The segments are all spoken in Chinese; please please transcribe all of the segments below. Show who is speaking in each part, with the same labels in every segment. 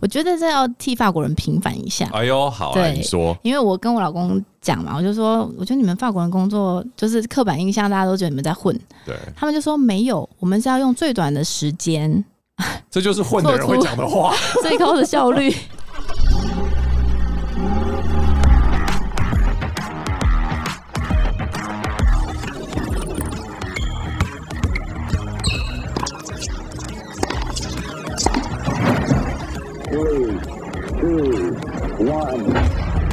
Speaker 1: 我觉得这要替法国人平反一下。
Speaker 2: 哎呦，好啊，
Speaker 1: 对
Speaker 2: 你说，
Speaker 1: 因为我跟我老公讲嘛，我就说，我觉得你们法国人工作就是刻板印象，大家都觉得你们在混。
Speaker 2: 对，
Speaker 1: 他们就说没有，我们是要用最短的时间，
Speaker 2: 这就是混的人会讲的话。
Speaker 1: 最高的效率。
Speaker 3: three, two, one,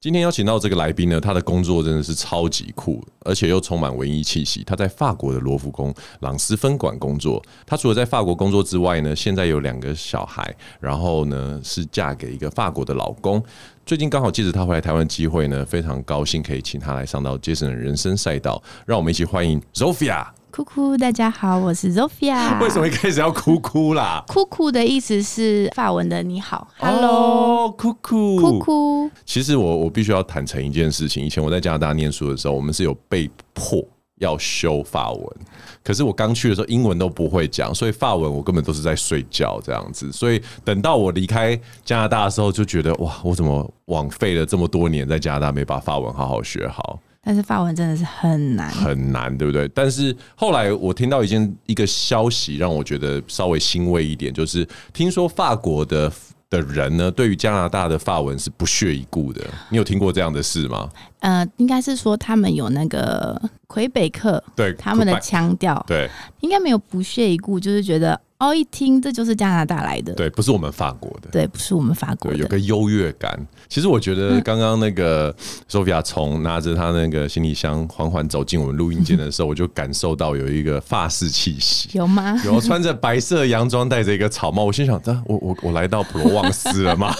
Speaker 2: 今天邀请到这个来宾呢，他的工作真的是超级酷，而且又充满文艺气息。他在法国的罗浮宫朗斯分馆工作。他除了在法国工作之外呢，现在有两个小孩，然后呢是嫁给一个法国的老公。最近刚好借着他回来台湾的机会呢，非常高兴可以请他来上到杰森的人生赛道，让我们一起欢迎 Zofia。
Speaker 1: 酷酷，大家好，我是 Zofia。
Speaker 2: 为什么一开始要哭哭啦
Speaker 1: 酷酷的意思是法文的你好，Hello，、
Speaker 2: 哦哭哭
Speaker 1: 酷酷。
Speaker 2: 其实我我必须要坦诚一件事情，以前我在加拿大念书的时候，我们是有被迫要修法文，可是我刚去的时候英文都不会讲，所以法文我根本都是在睡觉这样子。所以等到我离开加拿大的时候，就觉得哇，我怎么枉费了这么多年在加拿大没把法文好好学好。
Speaker 1: 但是法文真的是很难，
Speaker 2: 很难，对不对？但是后来我听到一件一个消息，让我觉得稍微欣慰一点，就是听说法国的的人呢，对于加拿大的法文是不屑一顾的。你有听过这样的事吗？
Speaker 1: 呃，应该是说他们有那个魁北克，
Speaker 2: 对
Speaker 1: 他们的
Speaker 2: 魁北
Speaker 1: 腔调，
Speaker 2: 对
Speaker 1: 应该没有不屑一顾，就是觉得哦，一听这就是加拿大来的，
Speaker 2: 对，不是我们法国的。
Speaker 1: 对，不是我们法国
Speaker 2: 对，有
Speaker 1: 的，
Speaker 2: 个优越感。其实我觉得刚刚那个 Sophia 从拿着她那个行李箱缓缓走进我们录音间的时候，我就感受到有一个法式气息。
Speaker 1: 有吗？
Speaker 2: 有穿着白色洋装，戴着一个草帽，我心想：啊，我我我来到普罗旺斯了吗？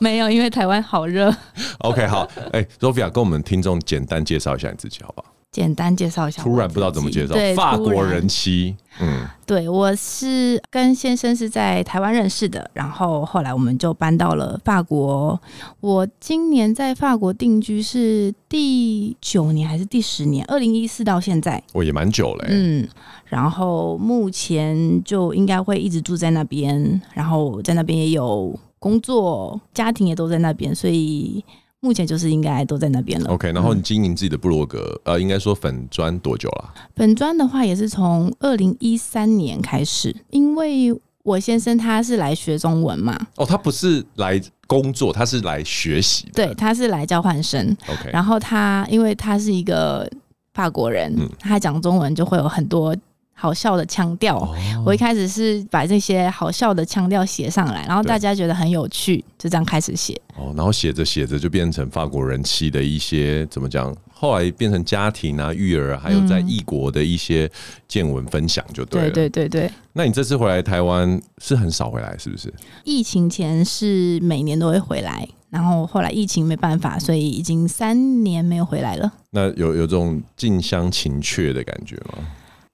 Speaker 1: 没有，因为台湾好热。
Speaker 2: OK，好，哎、s o p h i a 跟我们听众简单介绍一下你自己，好不好？
Speaker 1: 简单介绍一下我自己，
Speaker 2: 突然不知道怎么介绍
Speaker 1: 对，，
Speaker 2: 法
Speaker 1: 突
Speaker 2: 国
Speaker 1: 然
Speaker 2: 人妻，嗯，
Speaker 1: 对，我是跟先生是在台湾认识的，然后后来我们就搬到了法国。我今年在法国定居是第九年还是第十年？二零一四到现在，
Speaker 2: 我也蛮久了、欸，
Speaker 1: 嗯，然后目前就应该会一直住在那边，然后在那边也有工作，家庭也都在那边，所以目前就是应该都在那边了。
Speaker 2: OK，然后你经营自己的部落格，呃，应该说粉砖多久了？
Speaker 1: 本专的话也是从二零一三年开始，因为我先生他是来学中文嘛，
Speaker 2: 哦，他不是来工作，他是来学习的。
Speaker 1: 对，他是来交换生，
Speaker 2: ，OK，
Speaker 1: 然后他因为他是一个法国人，
Speaker 2: 嗯
Speaker 1: 他讲中文就会有很多好笑的腔调。
Speaker 2: 哦嗯
Speaker 1: 我一开始是把这些好笑的腔调写上来，然后
Speaker 2: 对
Speaker 1: 大家觉得很有趣，就这样开始写。
Speaker 2: 哦，然后写着写着就变成法国人妻的一些怎么讲？后来变成家庭啊、育儿啊，还有在异国的一些见闻分享就对了。
Speaker 1: 对对对对，
Speaker 2: 那你这次回来台湾是很少回来，是不是？
Speaker 1: 疫情前是每年都会回来，然后后来疫情没办法，所以已经三年没有回来了，
Speaker 2: 那有有这种近乡情怯的感觉吗？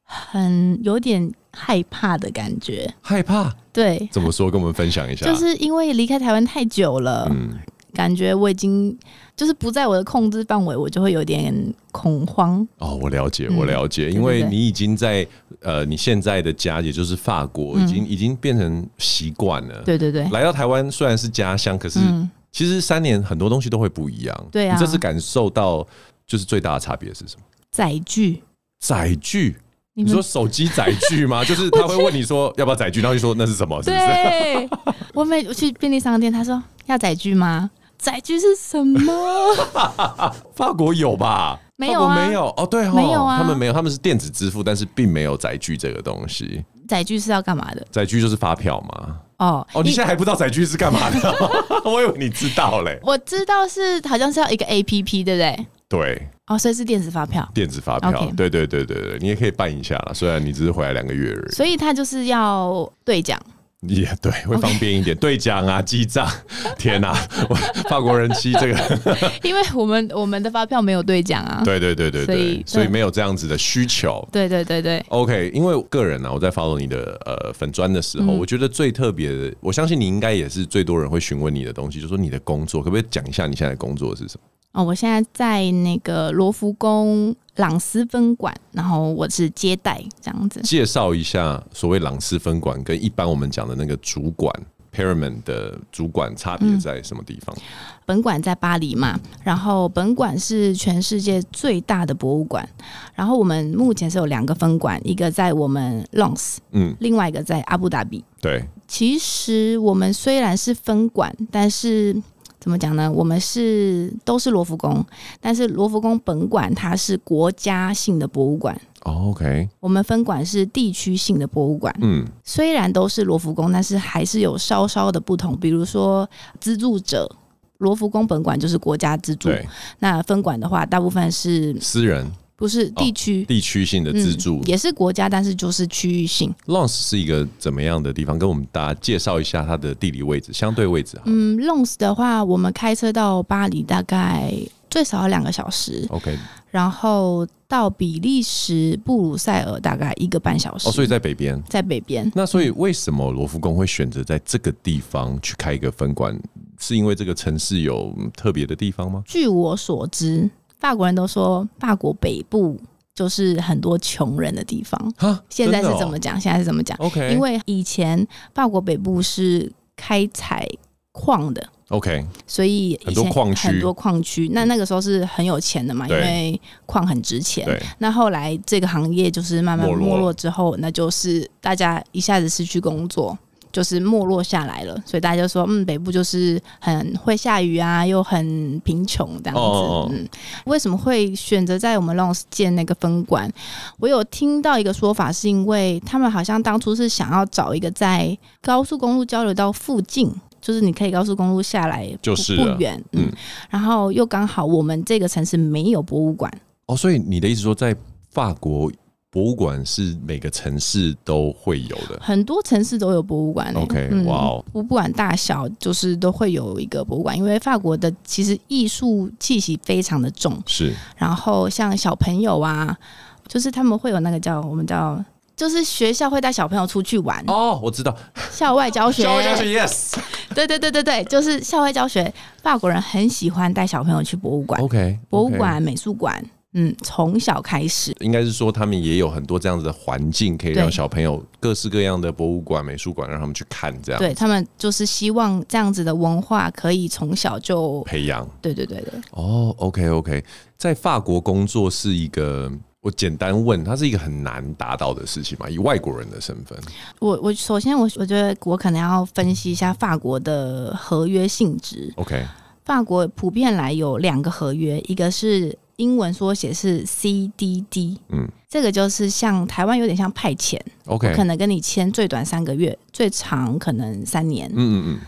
Speaker 1: 很有点害怕的感觉。
Speaker 2: 害怕？
Speaker 1: 对，
Speaker 2: 怎么说？跟我们分享一下。
Speaker 1: 就是因为离开台湾太久了，
Speaker 2: 啊嗯，
Speaker 1: 感觉我已经就是不在我的控制范围，我就会有点恐慌。
Speaker 2: 哦，我了解，
Speaker 1: 嗯
Speaker 2: 我了解，
Speaker 1: 对
Speaker 2: 因为
Speaker 1: 对对
Speaker 2: 你已经在呃，你现在的家，也就是法国，已经、已经变成习惯了。，
Speaker 1: 嗯对对对，
Speaker 2: 来到台湾虽然是家乡，可是
Speaker 1: 嗯
Speaker 2: 其实三年很多东西都会不一样。
Speaker 1: 对啊
Speaker 2: 你这次感受到就是最大的差别是什么？
Speaker 1: 载具，
Speaker 2: 载具。
Speaker 1: 你
Speaker 2: 你说手机载 具吗？就是他会问你说要不要载具，然后就说那是什么？是不是？
Speaker 1: 对，我每我去便利商店，他说要载具吗？载具是什么？
Speaker 2: 法国有吧？
Speaker 1: 没有啊
Speaker 2: 法国没有哦，对哦，
Speaker 1: 没有啊
Speaker 2: 他们没有，他们是电子支付，但是并没有载具这个东西。
Speaker 1: 载具是要干嘛的？
Speaker 2: 载具就是发票嘛。
Speaker 1: 哦，
Speaker 2: 哦，你现在还不知道载具是干 嘛的？我以为你知道嘞。
Speaker 1: 我知道是好像是要一个 A P P，对不对？
Speaker 2: 对，
Speaker 1: 哦，所以是电子发票，
Speaker 2: 电子发票，
Speaker 1: OK
Speaker 2: 对对对对对，你也可以办一下啦。虽然你只是回来两个月而已。
Speaker 1: 所以他就是要兑奖，
Speaker 2: 也对，会方便一点。兑 奖啊，记账，天哪、我法国人吃 这个，
Speaker 1: 因为我们我们的发票没有兑奖啊。
Speaker 2: 对对对对
Speaker 1: 所以
Speaker 2: 对，所以
Speaker 1: 对
Speaker 2: 没有这样子的需求。
Speaker 1: 对对对对，
Speaker 2: OK，因为我个人呢、啊，我在 follow 你的呃粉砖的时候，我觉得最特别的，我相信你应该也是最多人会询问你的东西，就说你的工作，可不可以讲一下你现在的工作是什么？
Speaker 1: 哦，我现在在那个罗浮宫朗斯分馆，然后我是接待这样子。
Speaker 2: 介绍一下所谓朗斯分管跟一般我们讲的那个主管 pyramid 的主管差别在什么地方？
Speaker 1: 本馆在巴黎嘛，然后本馆是全世界最大的博物馆，然后我们目前是有两个分馆，一个在我们 l o n s
Speaker 2: 嗯，
Speaker 1: 另外一个在阿布达比。
Speaker 2: 对，
Speaker 1: 其实我们虽然是分馆，但是怎么讲呢？我们是都是罗浮宫，但是罗浮宫本馆它是国家性的博物馆，
Speaker 2: 哦，OK，
Speaker 1: 我们分馆是地区性的博物馆。
Speaker 2: 嗯，
Speaker 1: 虽然都是罗浮宫，但是还是有稍稍的不同，比如说资助者。罗浮宫本馆就是国家资助，
Speaker 2: 对，
Speaker 1: 那分馆的话，大部分是
Speaker 2: 私人
Speaker 1: 不是地区、
Speaker 2: 哦地区性的资助
Speaker 1: 嗯、、也是国家，但是就是区域性。
Speaker 2: l o n s 是一个怎么样的地方？跟我们大家介绍一下它的地理位置，相对位置好。
Speaker 1: 嗯 l o n s 的话，我们开车到巴黎大概最少要两个小时，
Speaker 2: OK，哦
Speaker 1: 然后到比利时布鲁塞尔大概一个半小时。
Speaker 2: 哦，所以在北边。
Speaker 1: 在北边，
Speaker 2: 那所以为什么罗浮宫会选择在这个地方去开一个分馆？是因为这个城市有嗯特别的地方吗？
Speaker 1: 据我所知，法国人都说法国北部就是很多穷人的地方。
Speaker 2: 哈，
Speaker 1: 现在是
Speaker 2: 真的哦
Speaker 1: 怎么讲？现在是怎么讲？
Speaker 2: ？OK，
Speaker 1: 因为以前法国北部是开采矿的，
Speaker 2: OK，
Speaker 1: 所以以前
Speaker 2: 很多矿区
Speaker 1: 很多矿区。那那个时候是很有钱的嘛，因
Speaker 2: 对
Speaker 1: 为矿很值钱。
Speaker 2: 对，
Speaker 1: 那后来这个行业就是慢慢
Speaker 2: 没落
Speaker 1: 没落之后，那就是大家一下子失去工作，就是没落下来了。所以大家就说，嗯，北部就是很会下雨啊，又很贫穷这样子。
Speaker 2: 哦哦哦
Speaker 1: 嗯，为什么会选择在我们 Lons 建那个分馆？我有听到一个说法，是因为他们好像当初是想要找一个在高速公路交流道附近。就是你可以高速公路下来不，
Speaker 2: 就是
Speaker 1: 不
Speaker 2: 了
Speaker 1: 远，
Speaker 2: 嗯
Speaker 1: 嗯，然后又刚好我们这个城市没有博物馆，
Speaker 2: 哦，所以你的意思说，在法国博物馆是每个城市都会有的。
Speaker 1: 很多城市都有博物馆、欸。
Speaker 2: OK，哇哦
Speaker 1: 不不管大小，就是都会有一个博物馆，因为法国的其实艺术气息非常的重。
Speaker 2: 是
Speaker 1: 然后像小朋友啊，就是他们会有那个叫我们叫，就是学校会带小朋友出去玩，
Speaker 2: 哦，我知道，
Speaker 1: 校外教学。
Speaker 2: 肖家是 Yes。
Speaker 1: 对对对对对，就是校外教学。法国人很喜欢带小朋友去博物馆、
Speaker 2: OK，
Speaker 1: 博物馆、美术馆，嗯，从小开始。
Speaker 2: 应该是说他们也有很多这样子的环境，可以让
Speaker 1: 对
Speaker 2: 小朋友各式各样的博物馆、美术馆让他们去看，这样
Speaker 1: 对他们就是希望这样子的文化可以从小就，
Speaker 2: 培养。
Speaker 1: 对对对对。
Speaker 2: 哦，OK OK，在法国工作是一个，我简单问，它是一个很难达到的事情嘛？以外国人的身份，
Speaker 1: 我我首先我我觉得我可能要分析一下法国的合约性质。
Speaker 2: OK，
Speaker 1: 法国普遍来有两个合约，一个是英文缩写是 CDD，
Speaker 2: 嗯
Speaker 1: 这个就是像台湾有点像派遣，
Speaker 2: ，OK，
Speaker 1: 可能跟你签最短三个月，最长可能三年，
Speaker 2: 嗯嗯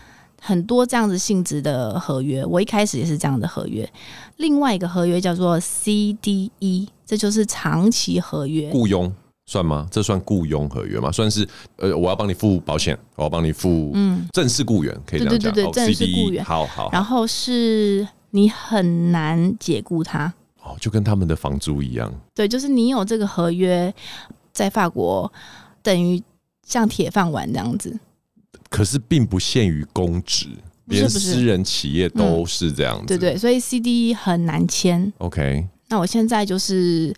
Speaker 1: 很多这样子性质的合约。我一开始也是这样的合约。另外一个合约叫做 CDE，这就是长期合约
Speaker 2: 嗯，。雇佣算吗？这算雇佣合约吗？算是呃，我要帮你付保险，我要帮你付，嗯，正式雇员可以这样讲，
Speaker 1: 对对对对
Speaker 2: 哦
Speaker 1: 正式
Speaker 2: CDE
Speaker 1: 雇员
Speaker 2: 好好，
Speaker 1: 然后是你很难解雇他。
Speaker 2: 哦，就跟他们的房租一样，
Speaker 1: 对，就是你有这个合约，在法国等于像铁饭碗这样子。
Speaker 2: 可是并不限于公职，
Speaker 1: 不是
Speaker 2: 连
Speaker 1: 不是嗯
Speaker 2: 私人企业都是这样子，
Speaker 1: 对对，所以 CD 很难签。
Speaker 2: ，OK，
Speaker 1: 那我现在就是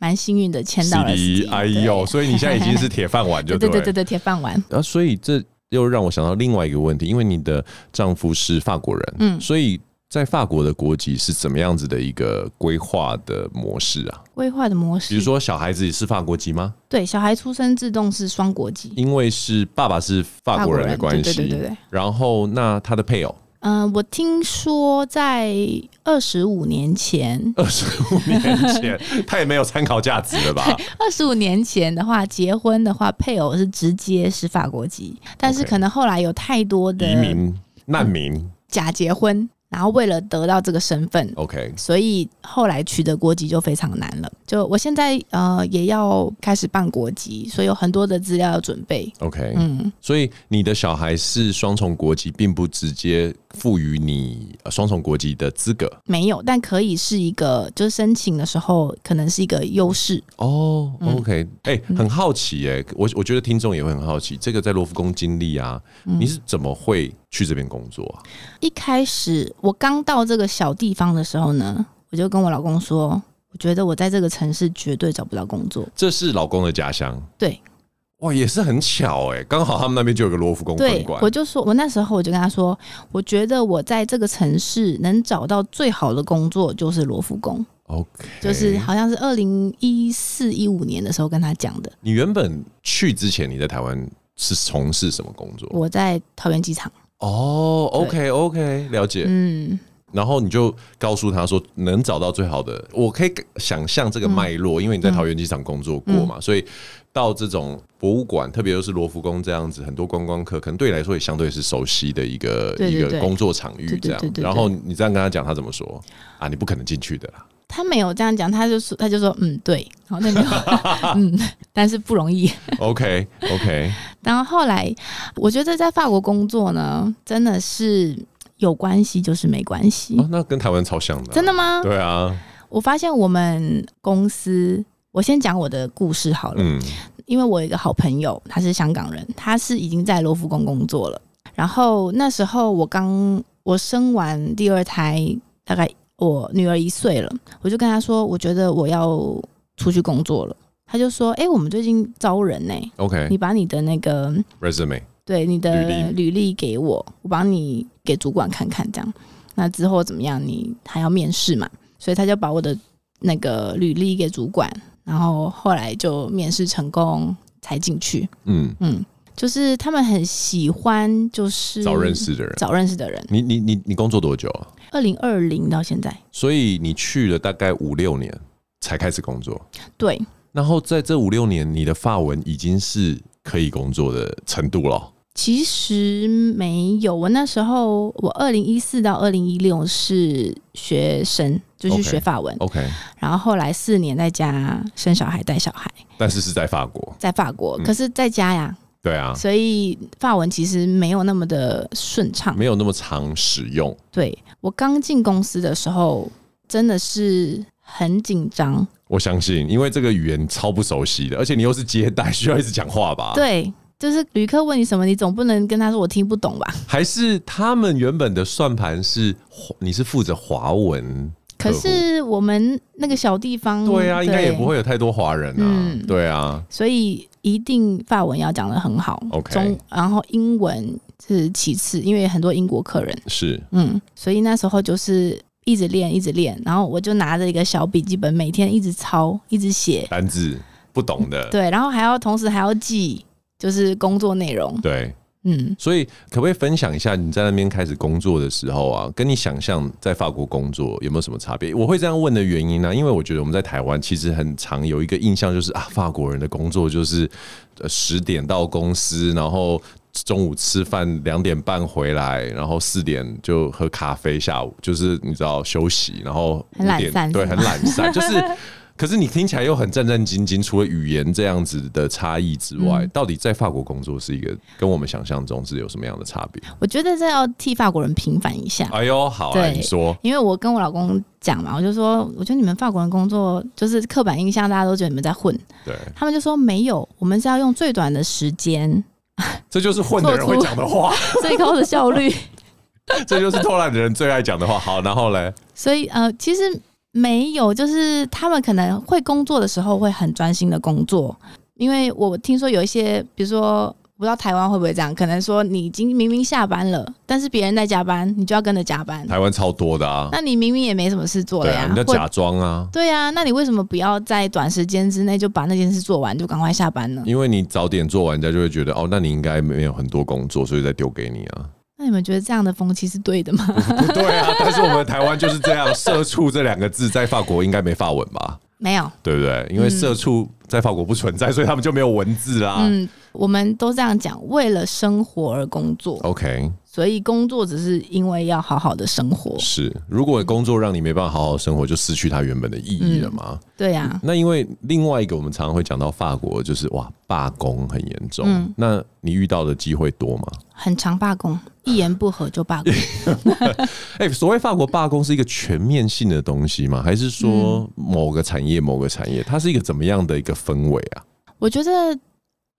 Speaker 1: 蛮幸运的签到了 CD，
Speaker 2: CDE，哎呦，所以你现在已经是铁饭碗，就
Speaker 1: 对对
Speaker 2: 对
Speaker 1: 对对对铁饭碗。
Speaker 2: 啊，所以这又让我想到另外一个问题，因为你的丈夫是法国人，嗯，所以在法国的国籍是怎么样子的一个规划的模式啊？
Speaker 1: 规划的模式，
Speaker 2: 比如说小孩子也是法国籍吗？
Speaker 1: 对小孩出生自动是双国籍。
Speaker 2: 因为是爸爸是法国人的关系，
Speaker 1: 法国人对对对对
Speaker 2: 然后那他的配偶
Speaker 1: 嗯、我听说在二十五年前，
Speaker 2: 二十五年前，他也没有参考价值了吧？
Speaker 1: 二十五年前的话，结婚的话，配偶是直接是法国籍，但是
Speaker 2: OK
Speaker 1: 可能后来有太多的
Speaker 2: 移民、难民
Speaker 1: 假结
Speaker 2: 哦
Speaker 1: 婚，然后为了得到这个身份，
Speaker 2: ，OK，
Speaker 1: 所以后来取得国籍就非常难了，就我现在呃也要开始办国籍，所以有很多的资料要准备。
Speaker 2: OK，、
Speaker 1: 嗯，
Speaker 2: 所以你的小孩是双重国籍，并不直接赋予你呃双重国籍的资格
Speaker 1: 没有，但可以是一个，就是申请的时候可能是一个优势。
Speaker 2: 哦。OK，哎、
Speaker 1: 嗯
Speaker 2: 很好奇哎、我我觉得听众也会很好奇，这个在罗浮宫经历啊，
Speaker 1: 嗯
Speaker 2: 你是怎么会去这边工作啊？
Speaker 1: 一开始我刚到这个小地方的时候呢，我就跟我老公说，我觉得我在这个城市绝对找不到工作。
Speaker 2: 这是老公的家乡，
Speaker 1: 对
Speaker 2: 哇，也是很巧哎、刚好他们那边就有个罗浮宫分
Speaker 1: 对，
Speaker 2: 馆
Speaker 1: 我。就说，我那时候我就跟他说，我觉得我在这个城市能找到最好的工作就是罗浮宫，
Speaker 2: OK，
Speaker 1: 就是好像是二零一四一五年的时候跟他讲的，
Speaker 2: 你原本去之前，你在台湾是从事什么工作？
Speaker 1: 我在桃园机场。
Speaker 2: 哦，OK OK，了解。
Speaker 1: 嗯，
Speaker 2: 然后你就告诉他说，能找到最好的，我可以想象这个脉络，因为你在桃园机场工作过
Speaker 1: 嗯
Speaker 2: 嘛，所以到这种博物馆，特别又是罗浮宫这样子，很多观光客可能对你来说也相对是熟悉的一个
Speaker 1: 对对
Speaker 2: 一
Speaker 1: 对
Speaker 2: 个工作场域
Speaker 1: 对对
Speaker 2: 这样
Speaker 1: 对。对对
Speaker 2: 然后你这样跟他讲，他怎么说啊？你不可能进去的 啦。
Speaker 1: 他没有这样讲，他就说，他就说，嗯，对，然后他 就嗯，但是不容易。
Speaker 2: OK OK，
Speaker 1: 然后后来，我觉得在法国工作呢，真的是有关系就是没关系，
Speaker 2: 哦，那跟台湾超像的啊、
Speaker 1: 嗯真的吗？
Speaker 2: 对啊，
Speaker 1: 我发现我们公司，我先讲我的故事好了，
Speaker 2: 嗯，
Speaker 1: 因为我有一个好朋友，他是香港人，他是已经在罗浮宫工作了。然后那时候我刚我生完第二胎，大概我女儿一岁了，我就跟他说，我觉得我要出去工作了。他就说：“哎、我们最近招人呢、你把你的那个
Speaker 2: OK，resume，、
Speaker 1: 对你的
Speaker 2: 履
Speaker 1: 履历给我，我帮你给主管看看，这样。那之后怎么样？你还要面试嘛？所以他就把我的那个履历给主管，然后后来就面试成功才进去。
Speaker 2: 嗯，
Speaker 1: 嗯，就是他们很喜欢，就是
Speaker 2: 早认识的人。
Speaker 1: 早认识的人。
Speaker 2: 你你你你工作多久啊？
Speaker 1: 二零二零到现在，
Speaker 2: 所以你去了大概五六年才开始工作，
Speaker 1: 对
Speaker 2: 然后在这五六年，你的发文已经是可以工作的程度了。
Speaker 1: 其实没有，我那时候我二零一四到二零一六是学生，就是学
Speaker 2: OK 哦
Speaker 1: 法文
Speaker 2: OK，
Speaker 1: 然后后来四年在家生小孩带小孩，
Speaker 2: 但是是在法国，
Speaker 1: 在法国，
Speaker 2: 嗯
Speaker 1: 可是在家呀，
Speaker 2: 对啊，
Speaker 1: 所以法文其实没有那么的顺畅。
Speaker 2: 没有那么常使用。
Speaker 1: 对我刚进公司的时候，真的是很紧张，
Speaker 2: 我相信，因为这个语言超不熟悉的，而且你又是接待，需要一直讲话吧？，
Speaker 1: 对。就是旅客问你什么，你总不能跟他说我听不懂吧？
Speaker 2: 还是他们原本的算盘是你是负责华文客
Speaker 1: 可
Speaker 2: 户？
Speaker 1: 是我们那个小地方，
Speaker 2: 对啊，应该也
Speaker 1: 嗯对
Speaker 2: 不，会有太多华人啊。
Speaker 1: 嗯
Speaker 2: 对啊，
Speaker 1: 所以一定法文要讲的很好
Speaker 2: OK
Speaker 1: 中然后英文是其次，因为很多英国客人，
Speaker 2: 是
Speaker 1: 嗯，所以那时候就是一直练，一直练，然后我就拿着一个小笔记本，每天一直抄，一直写，
Speaker 2: 单字不懂的。
Speaker 1: 对，然后还要同时还要记，就是工作内容，
Speaker 2: 对，
Speaker 1: 嗯，
Speaker 2: 所以可不可以分享一下你在那边开始工作的时候啊，跟你想象在法国工作有没有什么差别？我会这样问的原因呢、因为我觉得我们在台湾其实很常有一个印象，就是啊，法国人的工作就是呃十点到公司，然后。中午吃饭两点半回来，然后四点就喝咖啡，下午就是你知道休息，然后五
Speaker 1: 很懒
Speaker 2: 点
Speaker 1: 散
Speaker 2: 对
Speaker 1: 是
Speaker 2: 很
Speaker 1: 吗
Speaker 2: 懒散， 就是。可是你听起来又很战战兢兢，除了语言这样子的差异之外，到底在法国工作是一个跟我们想象中是有什么样的差别？
Speaker 1: 我觉得这要替法国人平反一下。
Speaker 2: 哎呦，好啊，
Speaker 1: 对
Speaker 2: 你说
Speaker 1: 因为我跟我老公讲嘛，我就说，我觉得你们法国人工作就是刻板印象，大家都觉得你们在混，
Speaker 2: 对，
Speaker 1: 他们就说没有，我们是要用最短的时间，
Speaker 2: 这就是混的人会讲的话，
Speaker 1: 最高的效率，
Speaker 2: 这就是偷懒的人最爱讲的话。好，然后嘞，
Speaker 1: 所以呃，其实没有，就是他们可能会工作的时候会很专心的工作，因为我听说有一些，比如说。不知道台湾会不会这样？可能说你已经明明下班了，但是别人在加班，你就要跟着加 班。
Speaker 2: 台湾超多的啊，
Speaker 1: 那你明明也没什么事做
Speaker 2: 对
Speaker 1: 了
Speaker 2: 啊，
Speaker 1: 呀
Speaker 2: 你，在
Speaker 1: 或
Speaker 2: 假装啊，
Speaker 1: 对呀、那你为什么不要在短时间之内就把那件事做完，就赶快下班呢？
Speaker 2: 因为你早点做完，人家就会觉得哦，那你应该没有很多工作，所以再丢给你 啊。
Speaker 1: 那你们觉得这样的风气是对的 吗？
Speaker 2: 不对啊，但是我们台湾就是这样，“社畜”这两个字在法国应该没法文吧？
Speaker 1: 没有，
Speaker 2: 对不对？因为社畜在法国不存
Speaker 1: 嗯
Speaker 2: 在，所以他们就没有文字啦。哦
Speaker 1: 嗯，我们都这样讲，为了生活而工作。
Speaker 2: OK，
Speaker 1: 所以工作只是因为要好好的生活。
Speaker 2: 是，如果工作让你没办法好好生活，就失去它原本的意义了嘛。
Speaker 1: 对啊呀、
Speaker 2: 那因为另外一个我们常常会讲到法国，就是哇罢工很严重。
Speaker 1: 嗯
Speaker 2: 那你遇到的机会多吗？
Speaker 1: 很常罢工，一言不合就罢工。
Speaker 2: 哎、所谓法国罢工是一个全面性的东西吗？还是说
Speaker 1: 嗯
Speaker 2: 某个产业、某个产业，它是一个怎么样的一个氛围啊？
Speaker 1: 我觉得，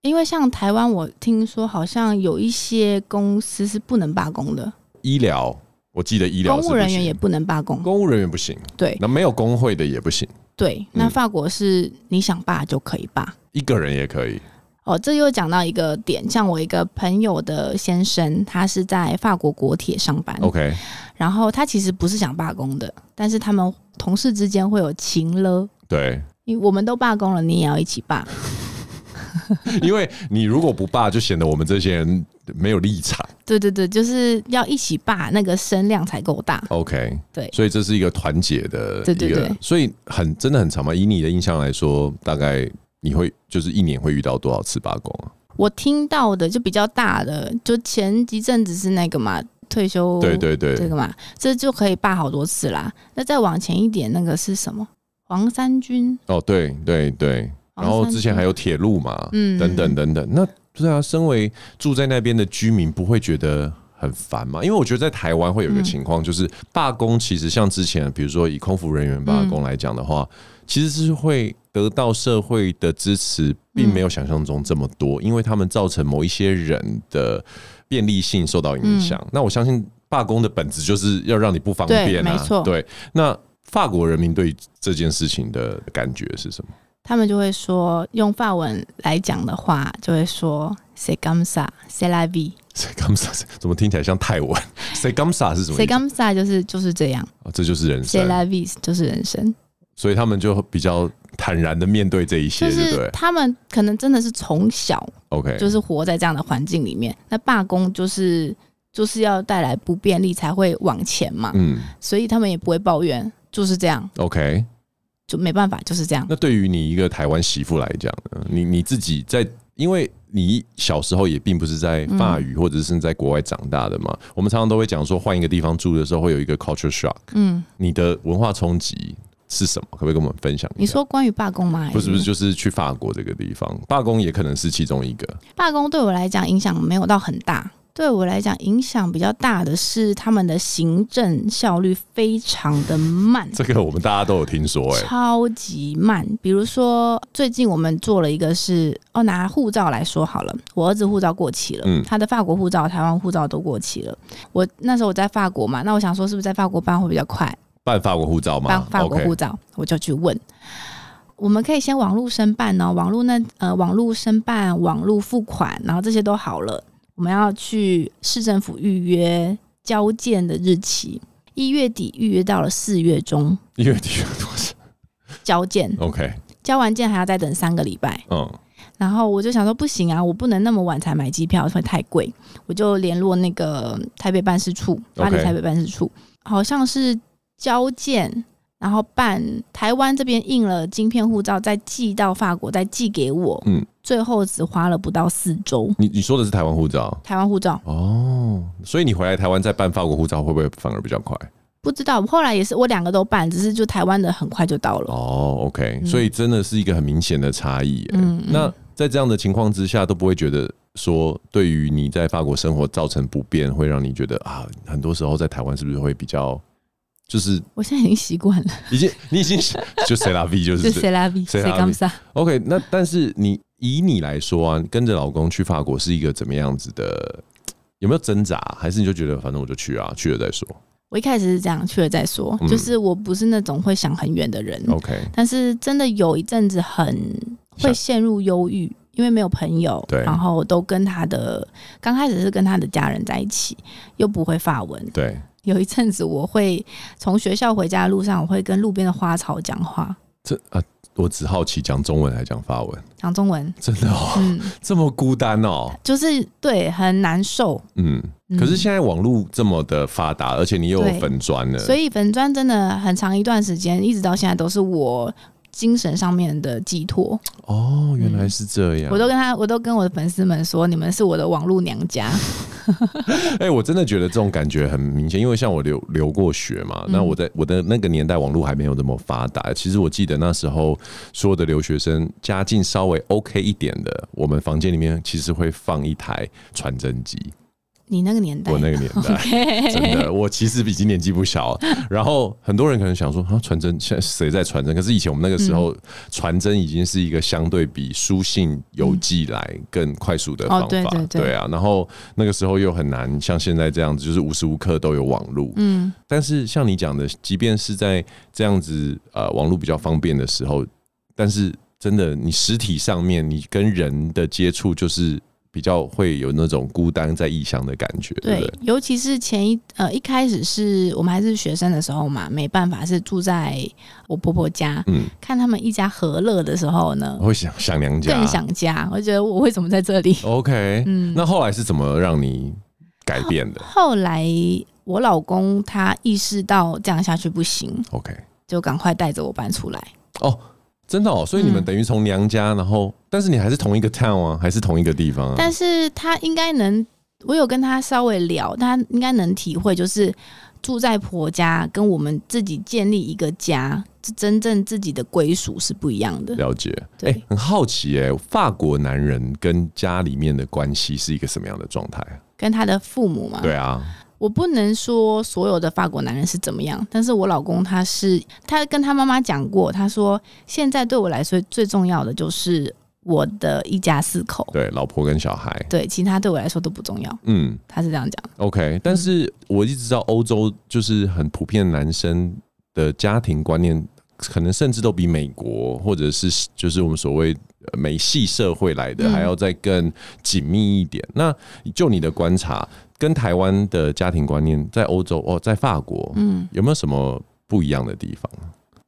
Speaker 1: 因为像台湾，我听说好像有一些公司是不能罢工的，
Speaker 2: 医疗，我记得医疗
Speaker 1: 公
Speaker 2: 是
Speaker 1: 务
Speaker 2: 不
Speaker 1: 人员
Speaker 2: 行
Speaker 1: 也不能罢工。
Speaker 2: 公务人员不行，
Speaker 1: 对
Speaker 2: 那没有工会的也不行，
Speaker 1: 对，那
Speaker 2: 嗯
Speaker 1: 法国是你想罢就可以罢。
Speaker 2: 一个人也可以。
Speaker 1: 哦，这又讲到一个点，像我一个朋友的先生，他是在法国国铁上班
Speaker 2: OK，
Speaker 1: 然后他其实不是想罢工的，但是他们同事之间会有情了，
Speaker 2: 对，
Speaker 1: 因为我们都罢工了，你也要一起罢。
Speaker 2: 因为你如果不罢，就显得我们这些人没有立场。
Speaker 1: 对对对，就是要一起罢，那个声量才够大。
Speaker 2: OK，
Speaker 1: 对
Speaker 2: 所以这是一个团结的一个，
Speaker 1: 对对对
Speaker 2: 所以很真的很长嘛。以你的印象来说，大概你会就是一年会遇到多少次罢工啊？
Speaker 1: 我听到的就比较大的，就前几阵子是那个嘛退休，
Speaker 2: 对对对，
Speaker 1: 这个嘛，这就可以罢好多次啦。那再往前一点，那个是什么？黄三军，
Speaker 2: 哦，对对对，然后之前还
Speaker 1: 有
Speaker 2: 有铁路嘛，
Speaker 1: 嗯
Speaker 2: 等等等等。那对啊，身为住在那边的居民，不会觉得很烦吗？因为我觉得在台湾会有一个
Speaker 1: 嗯
Speaker 2: 情况，就是罢工，其实像之前，比如说以空服人员罢
Speaker 1: 嗯
Speaker 2: 工来讲的话，其实是会得到社会的支持，并
Speaker 1: 嗯
Speaker 2: 没有想象中这么多，因为他们造成某一些人的便利性受到影响。那我相信罢工的本质就是要让你不方
Speaker 1: 嗯对
Speaker 2: 便啊，
Speaker 1: 没错
Speaker 2: 对，那。法国人民对这件事情的感觉是什么？
Speaker 1: 他们就会说，用法文来讲的话，就会说 “c'est comme ça, c'est la vie”。
Speaker 2: 谁甘萨怎么听起来像泰 文？谁甘萨是什么
Speaker 1: “c'est
Speaker 2: 意思？
Speaker 1: comme ça” 就是就是这样
Speaker 2: 哦这就是人
Speaker 1: ，“c'est
Speaker 2: 生，
Speaker 1: la vie” 就是人生，
Speaker 2: 所以他们就比较坦然的面对这一
Speaker 1: 就
Speaker 2: 些，对不
Speaker 1: 是
Speaker 2: 对
Speaker 1: 他们可能真的是从小
Speaker 2: ？OK，
Speaker 1: 就是活在这样的环境里面。那罢工就是就是要带来不便利才会往前嘛，
Speaker 2: 嗯
Speaker 1: 所以他们也不会抱怨，就是这样，
Speaker 2: ，OK。
Speaker 1: 就没办法，就是这样。
Speaker 2: 那嗯对于你一个台湾媳妇来讲呢，你你自己在，因为你小时候也并不是在法语或者是在国外长大的嘛，我们常常都会讲说，换一个地方住的时候会有一个 culture shock，
Speaker 1: 嗯，
Speaker 2: 你的文化冲击是什么？可不可以跟我们分享一下？
Speaker 1: 你说关于罢工吗？
Speaker 2: 不是不是，
Speaker 1: 还
Speaker 2: 就是去法国这个地方罢工也可能是其中一个。
Speaker 1: 罢工对我来讲影响没有到很大，对我来讲影响比较大的是他们的行政效率非常的慢。
Speaker 2: 这个我们大家都有听说、哎，
Speaker 1: 超级慢，比如说最近我们做了一个是哦，拿护照来说好了，我儿子护照过期了，
Speaker 2: 嗯
Speaker 1: 他的法国护照、台湾护照都过期了。我那时候我在法国嘛，那我想说是不是在法国办会比较快，
Speaker 2: 办法国护照吗？
Speaker 1: 办法国
Speaker 2: OK
Speaker 1: 护照我就去问。我们可以先网络申办哦，网络那呃网络申办、网络付款，然后这些都好了。我们要去市政府预约交件的日期，一月底预约到了四月中
Speaker 2: 一月底有多少
Speaker 1: 交件，
Speaker 2: ？OK，
Speaker 1: 交完件还要再等三个礼拜。
Speaker 2: 嗯，
Speaker 1: 然后我就想说不行啊，我不能那么晚才买机票，会太贵。我就联络那个台北办事处，巴黎
Speaker 2: OK
Speaker 1: 台北办事处好像是交件，然后办台湾这边印了晶片护照，再寄到法国，再寄给我。
Speaker 2: 嗯，
Speaker 1: 最后只花了不到四周。
Speaker 2: 你你说的是台湾护照
Speaker 1: 台湾护照
Speaker 2: 哦，所以你回来台湾再办法国护照会不会反而比较快？
Speaker 1: 不知道，后来也是我两个都办，只是就台湾的很快就到了。
Speaker 2: 哦，OK，、
Speaker 1: 嗯
Speaker 2: 所以真的是一个很明显的差异、哎
Speaker 1: 嗯嗯
Speaker 2: 那在这样的情况之下，都不会觉得说对于你在法国生活造成不便，会让你觉得啊，很多时候在台湾是不是会比较就是
Speaker 1: 我现在已经习惯了，
Speaker 2: 已经你已经就 C 拉 V 就是
Speaker 1: 就谁拉比
Speaker 2: C'est
Speaker 1: 谁
Speaker 2: la vie
Speaker 1: 干啥？
Speaker 2: OK，那但是你以你来说啊，跟着老公去法国是一个怎么样子的？有没有挣扎？还是你就觉得反正我就去啊，去了再说
Speaker 1: 我一开始是这样去了再说，
Speaker 2: 嗯
Speaker 1: 就是我不是那种会想很远的人。
Speaker 2: ？OK，
Speaker 1: 但是真的有一阵子很会
Speaker 2: 想
Speaker 1: 陷入忧郁，因为没有朋友，
Speaker 2: 对
Speaker 1: 然后都跟他的刚开始是跟他的家人在一起，又不会法文。
Speaker 2: 对，
Speaker 1: 有一阵子我会从学校回家的路上，我会跟路边的花草讲话，
Speaker 2: 这啊，我只好奇讲中文还讲法文，
Speaker 1: 讲中文，
Speaker 2: 真的哦，
Speaker 1: 嗯，
Speaker 2: 这么孤单哦，
Speaker 1: 就是对很难受，
Speaker 2: 嗯。
Speaker 1: 嗯
Speaker 2: 可是现在网络这么的发达，而且你又有
Speaker 1: 对
Speaker 2: 粉砖了，
Speaker 1: 所以粉砖真的很长一段时间，一直到现在都是我精神上面的寄托。
Speaker 2: 哦，原来是这样。
Speaker 1: 我都跟他，我都跟我的粉丝们说，你们是我的网络娘家。
Speaker 2: 哎、我真的觉得这种感觉很明显，因为像我留留过学嘛，那我在我的那个年代网络还没有那么发达。其实我记得那时候所有的留学生家境稍微 OK 一点的，我们房间里面其实会放一台传真机。
Speaker 1: 你那个年代，
Speaker 2: 我那个 年代真的，我其实已经年纪不小了。然后很多人可能想说，啊，传真现在谁在传真？可是以前我们那个时
Speaker 1: 嗯
Speaker 2: 候，传真已经是一个相对比书信、邮寄来更快速的方法，
Speaker 1: 嗯哦对对对
Speaker 2: 啊。然后那个时候又很难像现在这样子，就是无时无刻都有网络。嗯，但是像你讲的，即便是在这样子呃网络比较方便的时候，但是真的，你实体上面你跟人的接触就是。比较会有那种孤单在异乡的感觉，对不
Speaker 1: 对
Speaker 2: 对？，
Speaker 1: 尤其是前一呃一开始是我们还是学生的时候嘛，没办法是住在我婆婆家，
Speaker 2: 嗯，
Speaker 1: 看他们一家和乐的时候呢，
Speaker 2: 我会想想娘家，
Speaker 1: 更想嗯家。我觉得我为什么在这 里？
Speaker 2: OK，那后来是怎么让你改变的
Speaker 1: 后来我老公他意识到这样下去不行，
Speaker 2: ？OK，
Speaker 1: 就赶快带着我搬出来。
Speaker 2: 哦，真的哦，所以你们等于从娘家，然后但是你还是同一个 town 啊，还是同一个地方啊？
Speaker 1: 但是他应该能，我有跟他稍微聊，他应该能体会，就是住在婆家跟我们自己建立一个家，真正自己的归属是不一样的。
Speaker 2: 了解，哎、
Speaker 1: 对
Speaker 2: 很好奇哎、法国男人跟家里面的关系是一个什么样的状态啊？
Speaker 1: 跟他的父母嘛，
Speaker 2: 对啊，
Speaker 1: 我不能说所有的法国男人是怎么样，但是我老公他是，他跟他妈妈讲过，他说现在对我来说最重要的就是我的一家四口，
Speaker 2: 对，老婆跟小孩，
Speaker 1: 对，其他对我来说都不重要，
Speaker 2: 嗯
Speaker 1: 他是这样讲。
Speaker 2: ，OK，但是我一直知道欧洲就是很普遍男生的家庭观念。可能甚至都比美国或者是就是我们所谓呃美系社会来的，
Speaker 1: 嗯
Speaker 2: 还要再更紧密一点。那就你的观察，跟台湾的家庭观念在欧洲哦，在法国，嗯，有没有什么不一样的地方？